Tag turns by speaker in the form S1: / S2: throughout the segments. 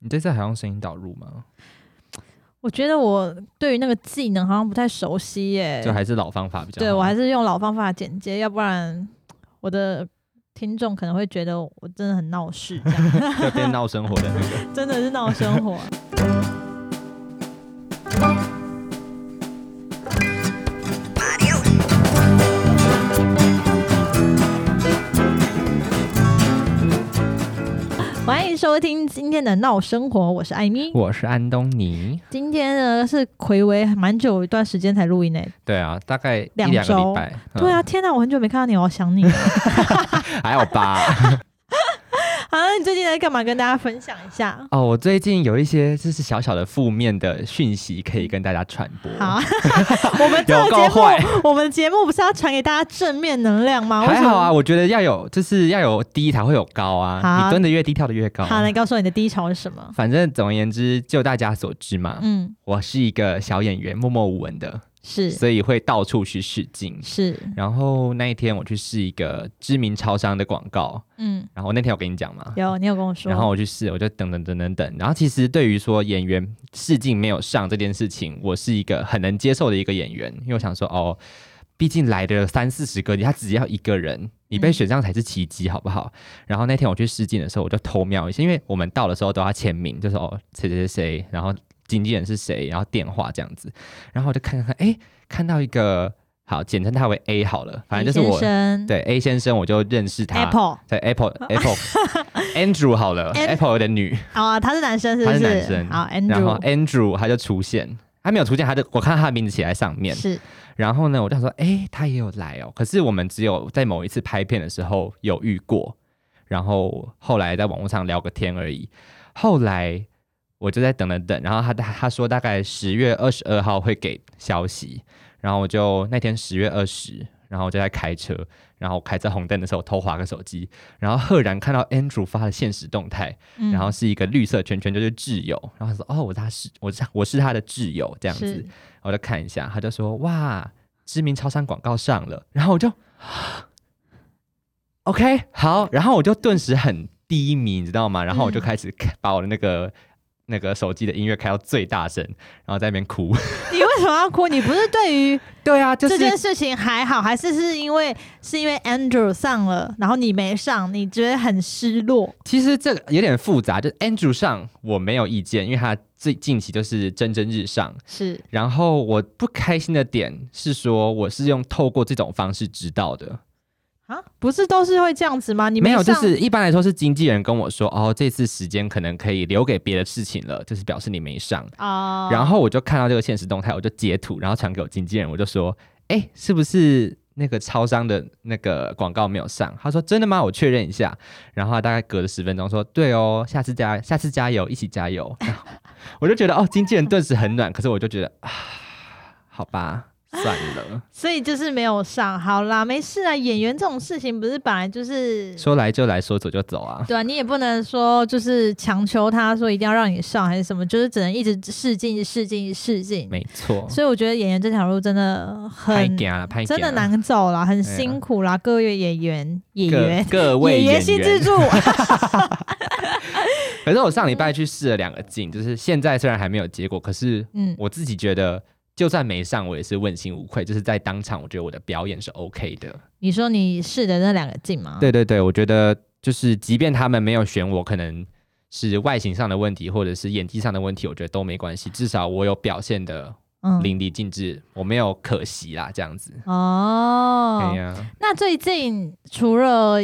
S1: 你这次还用声音导入吗？
S2: 我觉得我对于那个技能好像不太熟悉耶、
S1: 就还是老方法比较好。
S2: 对我还是用老方法剪接，要不然我的听众可能会觉得我真的很闹事，这样
S1: 就变闹生活的那个。
S2: 真的是闹生活。 欢迎收听今天的闹生活， 我是艾米。
S1: 我是安东尼。
S2: 今天呢是暌违蛮久一段时间才录音呢、
S1: 对啊，大概一
S2: 两
S1: 两个
S2: 周
S1: 礼拜。嗯
S2: 对啊，，天哪，我很久没看到你，我好想你。
S1: 还有吧。
S2: 好，那你最近在干嘛？跟大家分享一下。
S1: 哦，我最近有一些就是小小的负面的讯息可以跟大家传播。
S2: 好，啊 我们这
S1: 有
S2: 个
S1: 够
S2: 节
S1: 坏
S2: 目，我们节目不是要传给大家正面能量吗？为
S1: 还
S2: 什么
S1: 好啊，。我觉得要有，就是要有低才会有高啊。
S2: 好
S1: 你蹲得越低，跳得越高。啊
S2: 好，来告诉我你的低潮是什么？
S1: 反正总而言之，就大家所知嘛，
S2: 嗯，
S1: 我是一个小演员，默默无闻的，
S2: 是
S1: 所以会到处去试镜。
S2: 是，
S1: 然后那一天我去试一个知名超商的广告，
S2: 嗯，
S1: 然后那天我跟你讲嘛，
S2: 有你有跟我说。
S1: 然后我去试，我就等等等等等。然后其实对于说演员试镜没有上这件事情，我是一个很能接受的一个演员，因为我想说哦，毕竟来的三四十个，他只要一个人，你被
S2: 嗯
S1: 选上才是奇迹，好不好？然后那天我去试镜的时候，我就偷瞄一下，因为我们到的时候都要签名，就是哦谁谁谁谁，然后经纪人是谁，然后电话这样子。然后我就看看看，哎，看到一个好，简称他为 A 好了，反正就是我
S2: 李先生
S1: 对 A 先生，我就认识他。
S2: Apple
S1: 对 Apple Apple Andrew 好了
S2: An-
S1: ，Apple 有点女，
S2: 啊，他是男生是不
S1: 他
S2: 是？
S1: 是男生
S2: 好
S1: 然后
S2: ，Andrew
S1: Andrew 他就出现，他没有出现，他就我看他的名字写在上面。
S2: 是
S1: 然后呢，我就想说，哎，他也有来哦。可是我们只有在某一次拍片的时候有遇过，然后后来在网络上聊个天而已。后来我就在等了等，然后他他说大概十月二十二号会给消息，然后我就那天十月二十，然后我就在开车，然后开在红灯的时候偷划个手机，然后赫然看到 Andrew 发的现实动态，
S2: 嗯
S1: 然后是一个绿色圈圈，就是挚友，然后他说哦，我是他是我是我是他的挚友这样子，
S2: 是
S1: 然后我就看一下，他就说哇，知名超商广告上了，然后我就 OK 好，然后我就顿时很低迷，你知道吗？然后我就
S2: 嗯
S1: 开始开把我的那个。那个手机的音乐开到最大声，然后在那边哭。
S2: 你为什么要哭？你不是对于
S1: 对啊，就
S2: 这
S1: 是
S2: 件事情还好，还是是因为是因为 Andrew 上了，然后你没上，你觉得很失落？
S1: 其实这个有点复杂，就是 Andrew 上我没有意见，因为他最近期就是蒸蒸日上，
S2: 是
S1: 然后我不开心的点是说，我是用透过这种方式知道的，
S2: 啊，不是都是会这样子吗？你
S1: 没有，就
S2: 上
S1: 是一般来说是经纪人跟我说，哦，这次时间可能可以留给别的事情了，就是表示你没上。
S2: 啊，
S1: 然后我就看到这个现实动态，我就截图，然后传给我经纪人，我就说，哎，是不是那个超商的那个广告没有上？他说真的吗？我确认一下。然后他大概隔了十分钟说，对哦，下次加，下次加油，一起加油。然 后我就觉得，哦，经纪人顿时很暖，可是我就觉得，啊，好吧，算 了，
S2: 所以就是没有上，好啦，没事啊。演员这种事情不是本来就是，
S1: 说来就来，说走就走啊。
S2: 对啊，你也不能说就是强求他说一定要让你上还是什么，就是只能一直试镜、一直试镜、一直试镜。
S1: 没错，
S2: 所以我觉得演员这条路真的
S1: 拍
S2: 很
S1: 行了，拍
S2: 真的
S1: 行啦
S2: 难走啦，很
S1: 对啊
S2: 辛苦啦，各位演员、演员、
S1: 各各位
S2: 演
S1: 演
S2: 员系支
S1: 员。
S2: 柱。
S1: 可是我上礼拜去试了两个镜，就是现在虽然还没有结果，可是
S2: 嗯，
S1: 我自己觉得，就算没上，我也是问心无愧。就是在当场，我觉得我的表演是 OK 的。嗯
S2: 你说你试的那两个镜吗？，
S1: 对对对，我觉得就是，即便他们没有选我，可能是外形上的问题，或者是演技上的问题，我觉得都没关系。至少我有表现的
S2: 嗯，
S1: 淋漓尽致，我没有可惜啦，这样子。哎
S2: 哦，
S1: 呀、
S2: 那最近除了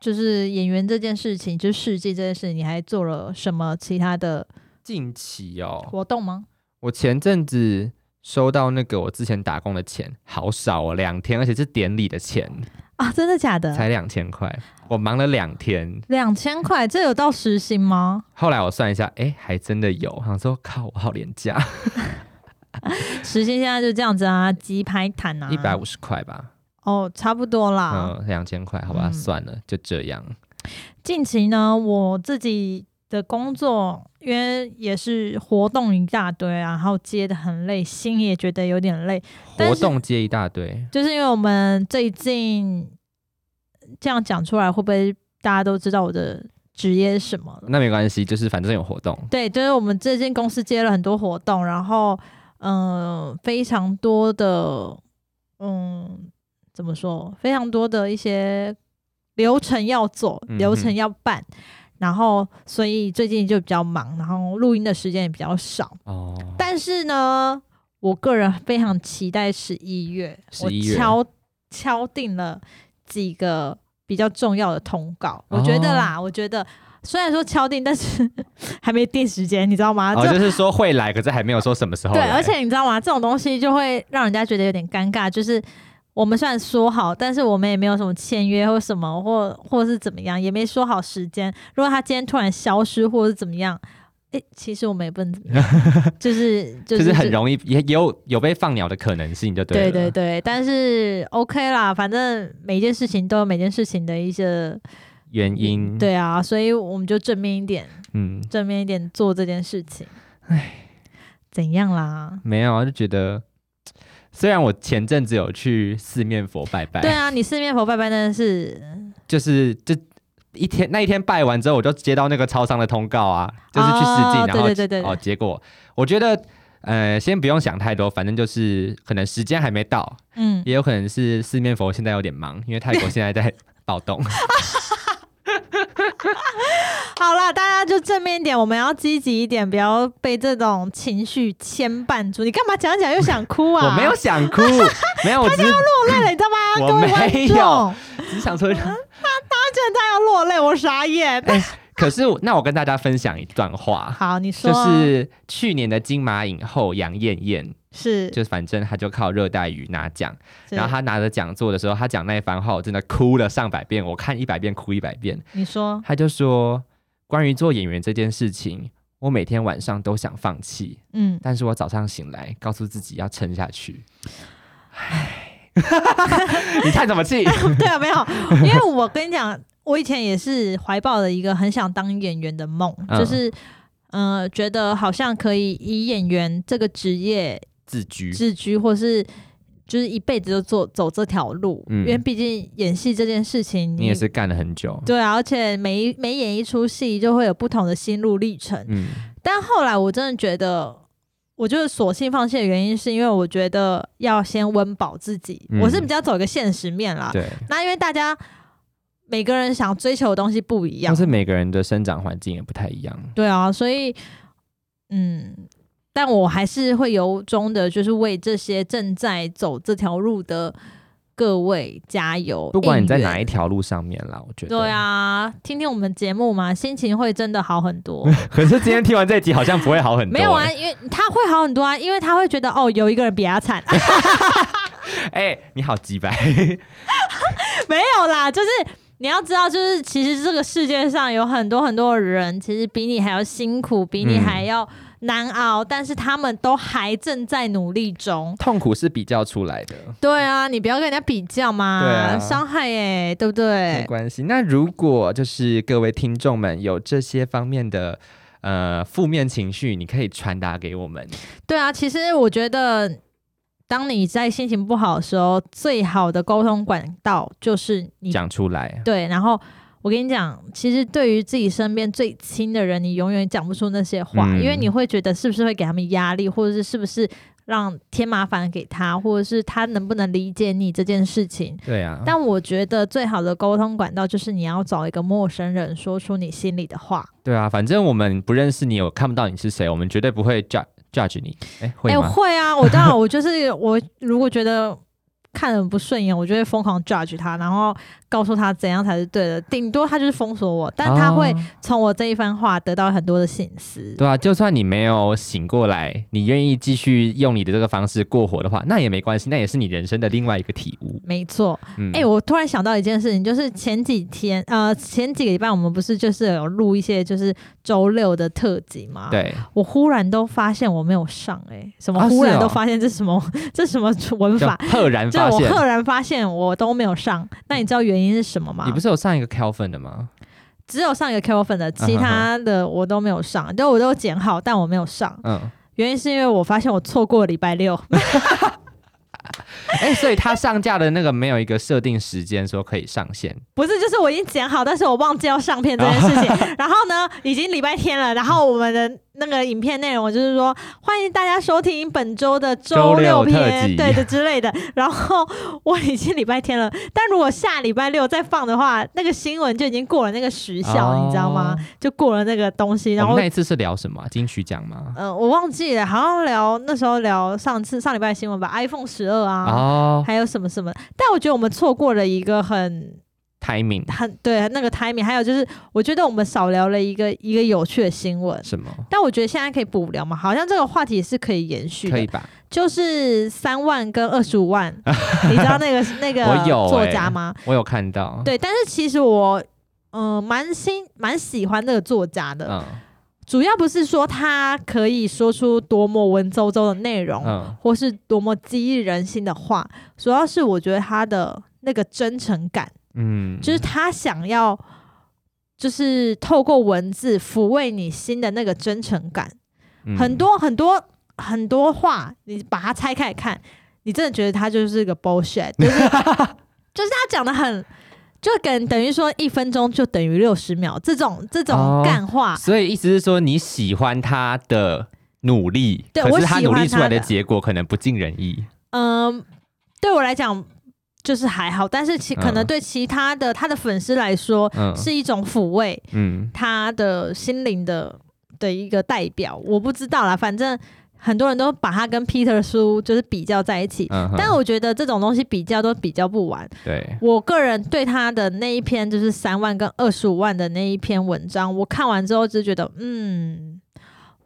S2: 就是演员这件事情，就是试镜这件事情，你还做了什么其他的
S1: 近期哦，
S2: 活动吗？
S1: 我前阵子收到那个我之前打工的钱，好少哦，两天，而且是典礼的钱，
S2: 啊，真的假的？
S1: 才两千块。我忙了两天，
S2: 两千块，这有到时薪吗？
S1: 后来我算一下，哎，还真的有。我想说，靠，我好廉价，
S2: 时薪现在就这样子啊，鸡排摊啊，
S1: 一百五十块吧，
S2: 哦，差不多啦。
S1: 嗯，两千块，好吧，
S2: 嗯
S1: 算了，就这样。
S2: 近期呢，我自己的工作，因为也是活动一大堆啊，然后接的很累，心也觉得有点累，但是
S1: 活动接一大堆，
S2: 就是因为我们最近这样讲出来，会不会大家都知道我的职业是什么了。
S1: 那没关系，就是反正有活动，
S2: 对，就是我们这间公司接了很多活动，然后嗯、呃非常多的嗯，怎么说？非常多的一些流程要做，
S1: 嗯哼
S2: 流程要办，然后所以最近就比较忙，然后录音的时间也比较少。
S1: 哦，
S2: 但是呢，我个人非常期待十一月，
S1: 11月
S2: 我敲敲定了几个比较重要的通告。我觉得
S1: 哦
S2: 啦，我觉得虽然说敲定，但是 还没定时间，你知道吗？
S1: 哦，
S2: 啊就
S1: 就是说会来，可是还没有说什么时候
S2: 对，
S1: 来。
S2: 而且你知道吗？这种东西就会让人家觉得有点尴尬，就是。我们虽然说好，但是我们也没有什么签约或什么，或或是怎么样，也没说好时间。如果他今天突然消失，或者是怎么样，诶、其实我们也不能怎么 样，就是就
S1: 就是是很容易也也有有被放鸟的可能性，就对
S2: 对
S1: 了。
S2: 对对，但是 OK 啦，反正每件事情都有每件事情的一些
S1: 原因，，
S2: 对啊，所以我们就正面一点，
S1: 嗯，
S2: 正面一点做这件事情。怎样啦？
S1: 没有啊，就觉得虽然我前阵子有去四面佛拜拜，
S2: 对啊，你四面佛拜拜真的是，
S1: 就是就一天那一天拜完之后，我就接到那个超商的通告啊，就是去试镜，
S2: 哦
S1: 然后
S2: 对对对对
S1: 哦，结果我觉得。呃，先不用想太多，反正就是可能时间还没到，
S2: 嗯，
S1: 也有可能是四面佛现在有点忙，因为泰国现在在暴动。
S2: 好啦，大家就正面一点，我们要积极一点，不要被这种情绪牵绊住。你干嘛讲一讲又想哭 啊？
S1: 我没有想 哭，没有，我只是
S2: 落泪了，你知道 吗？
S1: 我
S2: 各位观
S1: 没
S2: 众，
S1: 有只想说，
S2: 嗯真的他要落泪，我傻 眼。
S1: 可是我那我跟大家分享一段话，
S2: 好，你说
S1: 哎就
S2: 啊，
S1: 是去年的金马影后杨艳艳，
S2: 是，
S1: 就是反正她就靠热带雨拿奖，
S2: 是
S1: 然后她拿着奖座的时候，她讲那一番话，我真的哭了上百遍，我看一百遍哭一百遍。
S2: 你说，
S1: 她就说，关于做演员这件事情，我每天晚上都想放弃，
S2: 嗯，
S1: 但是我早上醒来，告诉自己要撑下去。唉， 你叹什么气？
S2: 对啊，没有，因为我跟你讲，我以前也是怀抱了一个很想当演员的梦，
S1: 嗯
S2: 就是呃，觉得好像可以以演员这个职业
S1: 自居。
S2: 自居，或是就是一辈子就做走这条路，
S1: 嗯
S2: 因为毕竟演戏这件事情，
S1: 你也是干了很久，
S2: 对啊，而且每一每演一出戏就会有不同的心路历程，
S1: 嗯，
S2: 但后来我真的觉得，我就是索性放弃的原因，是因为我觉得要先温饱自己，
S1: 嗯
S2: 我是比较走一个现实面啦。
S1: 对，
S2: 那因为大家每个人想追求的东西不一样
S1: 哦但，是每个人的生长环境也不太一样，
S2: 对啊，所以嗯，但我还是会由衷的，就是为这些正在走这条路的各位加油。
S1: 不管你在哪
S2: 应
S1: 一
S2: 援。
S1: 条路上面啦，我觉得。
S2: 对，啊，听听我们节目嘛，心情会真的好很 多。
S1: 可是今天听完这一集好像不会好很多、
S2: 没有啊，
S1: 欸，
S2: 因为他会好很多啊，因为他会觉得哦，有一个人比他惨，
S1: 哎、你好鸡掰，
S2: 没有啦，就是你要知道，就是其实这个世界上有很多很多的人，其实比你还要辛苦，比你
S1: 嗯
S2: 还要难熬，但是他们都还正在努力中。
S1: 痛苦是比较出来的，
S2: 对啊，你不要跟人家比较嘛，
S1: 对啊
S2: 伤害哎、对不
S1: 没
S2: 对？
S1: 关系。那如果就是各位听众们有这些方面的呃负面情绪，你可以传达给我们，
S2: 对啊，其实我觉得，当你在心情不好的时候，最好的沟通管道就是你
S1: 讲出来。
S2: 对，然后我跟你讲，其实对于自己身边最亲的人，你永远讲不出那些话，因为
S1: 嗯
S2: 你会觉得是不是会给他们压力，或者是是不是让添麻烦给他，或者是他能不能理解你这件事情。
S1: 对啊，
S2: 但我觉得最好的沟通管道就是你要找一个陌生人说出你心里的话。
S1: 对啊，反正我们不认识你，我看不到你是谁，我们绝对不会 judge judge 你。哎、会
S2: 哎、
S1: 吗？
S2: 会啊，我 当然我就是我，如果觉得看人不顺眼，我就会疯狂 judge 他，然后告诉他怎样才是对的。顶多他就是封锁我，但他会
S1: 哦
S2: 从我这一番话得到很多的信息。
S1: 对啊，就算你没有醒过来，你愿意继续用你的这个方式过活的话，那也没关系，那也是你人生的另外一个体悟。
S2: 没错，
S1: 嗯，
S2: 哎、我突然想到一件事情，就是前几天，呃，前几个礼拜我们不是就是有录一些就是周六的特辑嘛？，
S1: 对，
S2: 我忽然都发现我没有上、哎，什么
S1: 啊
S2: 忽
S1: 是
S2: 然
S1: 哦
S2: 这发现这是什么、 这什么文
S1: 就
S2: 法？
S1: 赫然
S2: 就
S1: 发
S2: 我
S1: 现，
S2: 赫然发现我都没有上，那你知道原因是什么吗？
S1: 你不是有上一个 Calvin 的吗？
S2: 只有上一个 Q 粉的，其他的我都没有上，就我都有剪好，但我没有上，
S1: 嗯，
S2: 原因是因为我发现我错过了礼拜六，
S1: 哎、所以它上架的那个没有一个设定时间说可以上线，
S2: 不是，就是我已经剪好，但是我忘记要上片这件事 情。然后呢，已经礼拜天了，然后我们的那个影片内容就是说，欢迎大家收听本周的周
S1: 周六特
S2: 篇，
S1: 辑
S2: 对的之类的。然后我已经礼拜天了，但如果下礼拜六再放的话，那个新闻就已经过了那个时效，
S1: 哦
S2: 你知道吗？就过了那个东西，然
S1: 我
S2: 后
S1: 们那。一次是聊什么啊？金曲奖吗？
S2: 嗯、我忘记了，好像聊那时候聊上次上礼拜的新闻吧，iPhone 十二啊，
S1: 哦
S2: 还有什么什么，但我觉得我们错过了一个很
S1: ，timing
S2: 很对那个 timing，还有就是我觉得我们少聊了一个一个有趣的新闻，
S1: 什么
S2: 但我觉得现在可以补聊嘛，好像这个话题是可以延续
S1: 可以
S2: 的，
S1: 吧？
S2: 就是三万跟二十五 万，你知道那个那个
S1: 我有
S2: 作
S1: 欸
S2: 家吗？
S1: 我有看到，
S2: 对，但是其实我嗯蛮欣蛮喜欢这个作家的，
S1: 嗯
S2: 主要不是说他可以说出多么文绉绉的内容，
S1: 嗯
S2: 或是多么激励人心的话，主要是我觉得他的那个真诚感。
S1: 嗯，
S2: 就是他想要，就是透过文字抚慰你心的那个真诚感。
S1: 嗯
S2: 很多很多很多话，你把它拆开来看，你真的觉得他就是个 bullshit，就是 就是他讲的很。就等等于说一分钟就等于六十秒，这种这种
S1: 哦
S2: 干话，
S1: 所以意思是说你喜欢他的努力，
S2: 对
S1: 可
S2: 我
S1: 是他
S2: 喜
S1: 努
S2: 欢
S1: 力出来
S2: 他的
S1: 的结果可能不尽人意。
S2: 嗯，对我来讲就是还好，但是其可能
S1: 嗯
S2: 对其他的、他的粉丝来说
S1: 嗯
S2: 是一种抚慰，
S1: 嗯，
S2: 他的心灵的的一个代表，我不知道啦，反正很多人都把他跟 Peter 书就是比较在一起，
S1: 嗯哼
S2: 但我觉得这种东西比较都比较不完。
S1: 对，
S2: 我个人对他的那一篇就是三万跟二十五万的那一篇文章，我看完之后就觉得，嗯，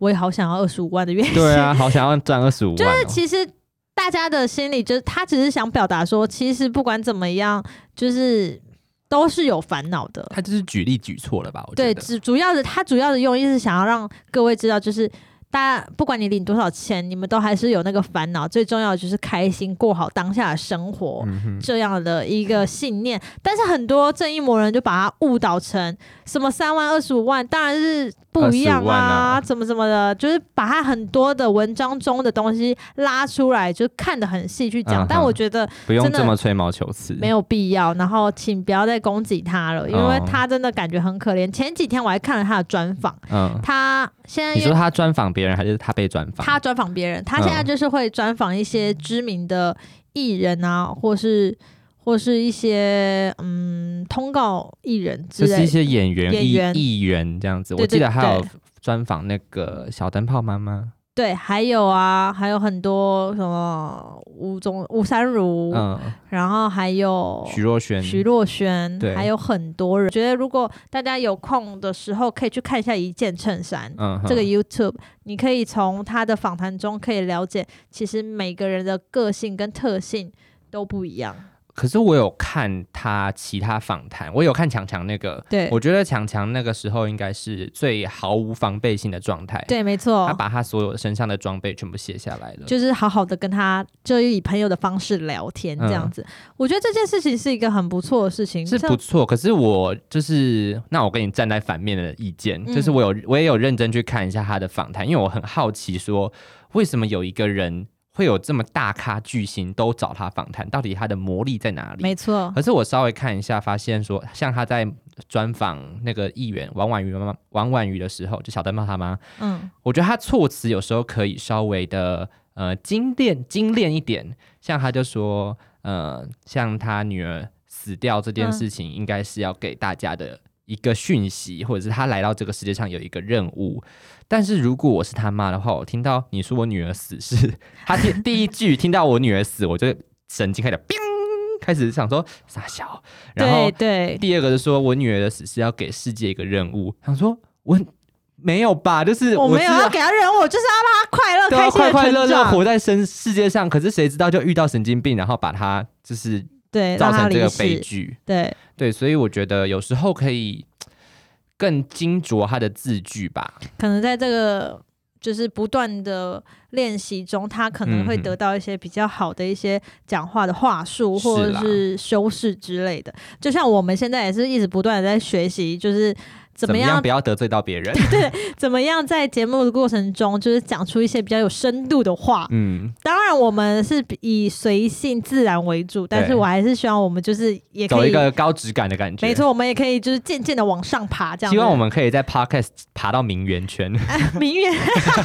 S2: 我也好想要二十五万的月薪。
S1: 对啊，好想要赚二十五万、哦，
S2: 就是其实大家的心里就是他只是想表达说，其实不管怎么样，就是都是有烦恼的。
S1: 他就是举例举错了吧？我觉
S2: 对，
S1: 得
S2: 主主要的他主要的用意是想要让各位知道，就是大家不管你领多少钱，你们都还是有那个烦恼。最重要的就是开心过好当下的生活，
S1: 嗯哼，
S2: 这样的一个信念。但是很多正义魔人就把它误导成什么三万、二十五万，当然是不一样
S1: 25万啊
S2: 怎么怎么的，就是把他很多的文章中的东西拉出来，就看得很细去讲。
S1: 嗯哼
S2: 但我觉得
S1: 不用
S2: 真的
S1: 这么吹毛求疵，
S2: 没有必要，然后请不要再攻击他了，因为
S1: 哦
S2: 他真的感觉很可怜。前几天我还看了他的专访，
S1: 嗯。
S2: 他现在
S1: 你
S2: 因
S1: 说
S2: 为
S1: 他专访别人还是他嗯被专访？
S2: 他专访别人，他现在就是会专访一些知名的艺人啊，或是或是一些嗯通告艺人之
S1: 就是
S2: 类
S1: 一
S2: 的。
S1: 些演员、
S2: 演
S1: 艺
S2: 员
S1: 艺员这样子。
S2: 对
S1: 我记
S2: 对
S1: 得还有
S2: 对
S1: 专访那个小灯泡妈妈，
S2: 对，还有啊，还有很多什么吴宗吴三如，
S1: 嗯，
S2: 然后还有
S1: 徐若瑄，
S2: 徐哦若瑄，
S1: 对
S2: 还有很多人。觉得如果大家有空的时候，可以去看一下《一件衬衫》
S1: 嗯哼，
S2: 这个 YouTube，你可以从他的访谈中可以了解，其实每个人的个性跟特性都不一样。
S1: 可是我有看他其他访谈，我有看强强那个，
S2: 对
S1: 我觉得强强那个时候应该是最毫无防备心的状态，，
S2: 对，没
S1: 他
S2: 错，
S1: 把他所有身上的装备全部卸下来了，
S2: 就是好好的跟他，就以朋友的方式聊天这样子。我觉得这件事情是一个很不错的事情，
S1: 嗯是
S2: 像
S1: 不错。可是我就是，那我跟你站在反面的意见，
S2: 嗯
S1: 就是我有我也有认真去看一下他的访谈，因为我很好奇说，为什么有一个人会有这么大咖巨星都找他访谈，到底他的魔力在哪里？
S2: 没错，
S1: 可是我稍微看一下，发现说，像他在专访那个议员王婉瑜妈妈王婉瑜的时候，就小灯泡他妈，
S2: 嗯，
S1: 我觉得他措辞有时候可以稍微的呃精炼精炼一点，像他就说，呃，像他女儿死掉这件事情，应该是要给大家的一个讯息，或者是他来到这个世界上有一个任务。但是如果我是他妈的话，我听到你说我女儿死是，他第第一句听到我女儿死，我就神经开始 冰，开始想说傻小，然后
S2: 对对，
S1: 第二个是说我女儿的死是要给世界一个任务，想说我没有吧，就是
S2: 我没
S1: 是
S2: 有要给他任务，我就是要让他快乐、
S1: 对啊
S2: 开心
S1: 快
S2: 的
S1: 快乐
S2: 成
S1: 乐活
S2: 长，
S1: 在生世界上，可是谁知道就遇到神经病，然后把他就是
S2: 对，
S1: 造
S2: 让他
S1: 成这
S2: 离
S1: 个悲
S2: 世，
S1: 剧。
S2: 对，
S1: 对，所以我觉得有时候可以更精琢他的字句吧。
S2: 可能在这个。就是不断的练习中，他可能会
S1: 嗯哼
S2: 得到一些比较好的一些讲话的话术，
S1: 是
S2: 或者
S1: 啦
S2: 是修饰之类的。就像我们现在也是一直不断的在学习，就是怎么样
S1: 不要得罪到 别人？
S2: 怎么样在节目的过程中，就是讲出一些比较有深度的话。
S1: 嗯，
S2: 当然，我们是以随性自然为主，但是我还是希望我们就是也
S1: 走
S2: 可
S1: 一
S2: 以，
S1: 个高质感的感觉。
S2: 没，错，我们也可以就是渐渐的往上爬，这样子。
S1: 希 望我们可以在 podcast 爬到名媛圈，
S2: 民怨，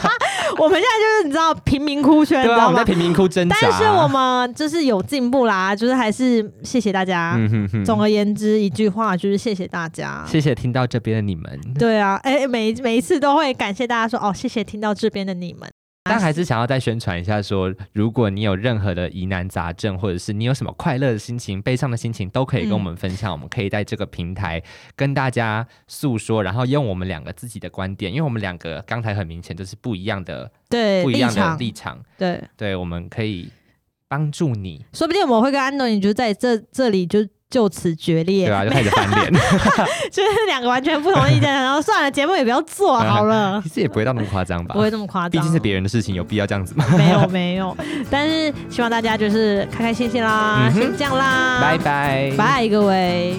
S2: 我们现在就是你知道贫民窟圈，你
S1: 对
S2: 知
S1: 啊，我
S2: 道
S1: 们在？
S2: 吗
S1: 贫民窟挣扎。
S2: 但是我们就是有进步啦，就是还是谢谢大家。
S1: 嗯哼哼，
S2: 总而言之，一句话就是谢谢大家。
S1: 谢谢听到这边的你们，
S2: 对啊，哎、每每一次都会感谢大家说哦，谢谢听到这边的你们。
S1: 但还是想要再宣传一下说，如果你有任何的疑难杂症，或者是你有什么快乐的心情、悲伤的心情，都可以
S2: 嗯
S1: 跟我们分享。我们可以在这个平台跟大家诉说，然后用我们两个自己的观点，因为我们两个刚才很明显就是不一样的、
S2: 对
S1: 不一
S2: 呃
S1: 样的
S2: 立场，
S1: 立场。
S2: 对，
S1: 对，我们可以帮助你，
S2: 说不定我们会跟安东尼就在这这里就就此决裂，
S1: 对啊 吧、就开始翻脸，
S2: 就是两个完全不同意见，然后算了，节目也不要做好了，
S1: 其实也不会到那么夸张吧
S2: 不？会这么夸张，
S1: 毕竟是别人的事情，有必要这样子吗？
S2: 没有没有，但是希望大家就是开开心心啦，
S1: 嗯哼
S2: 啊先这样啦，
S1: 拜拜，
S2: 拜各位。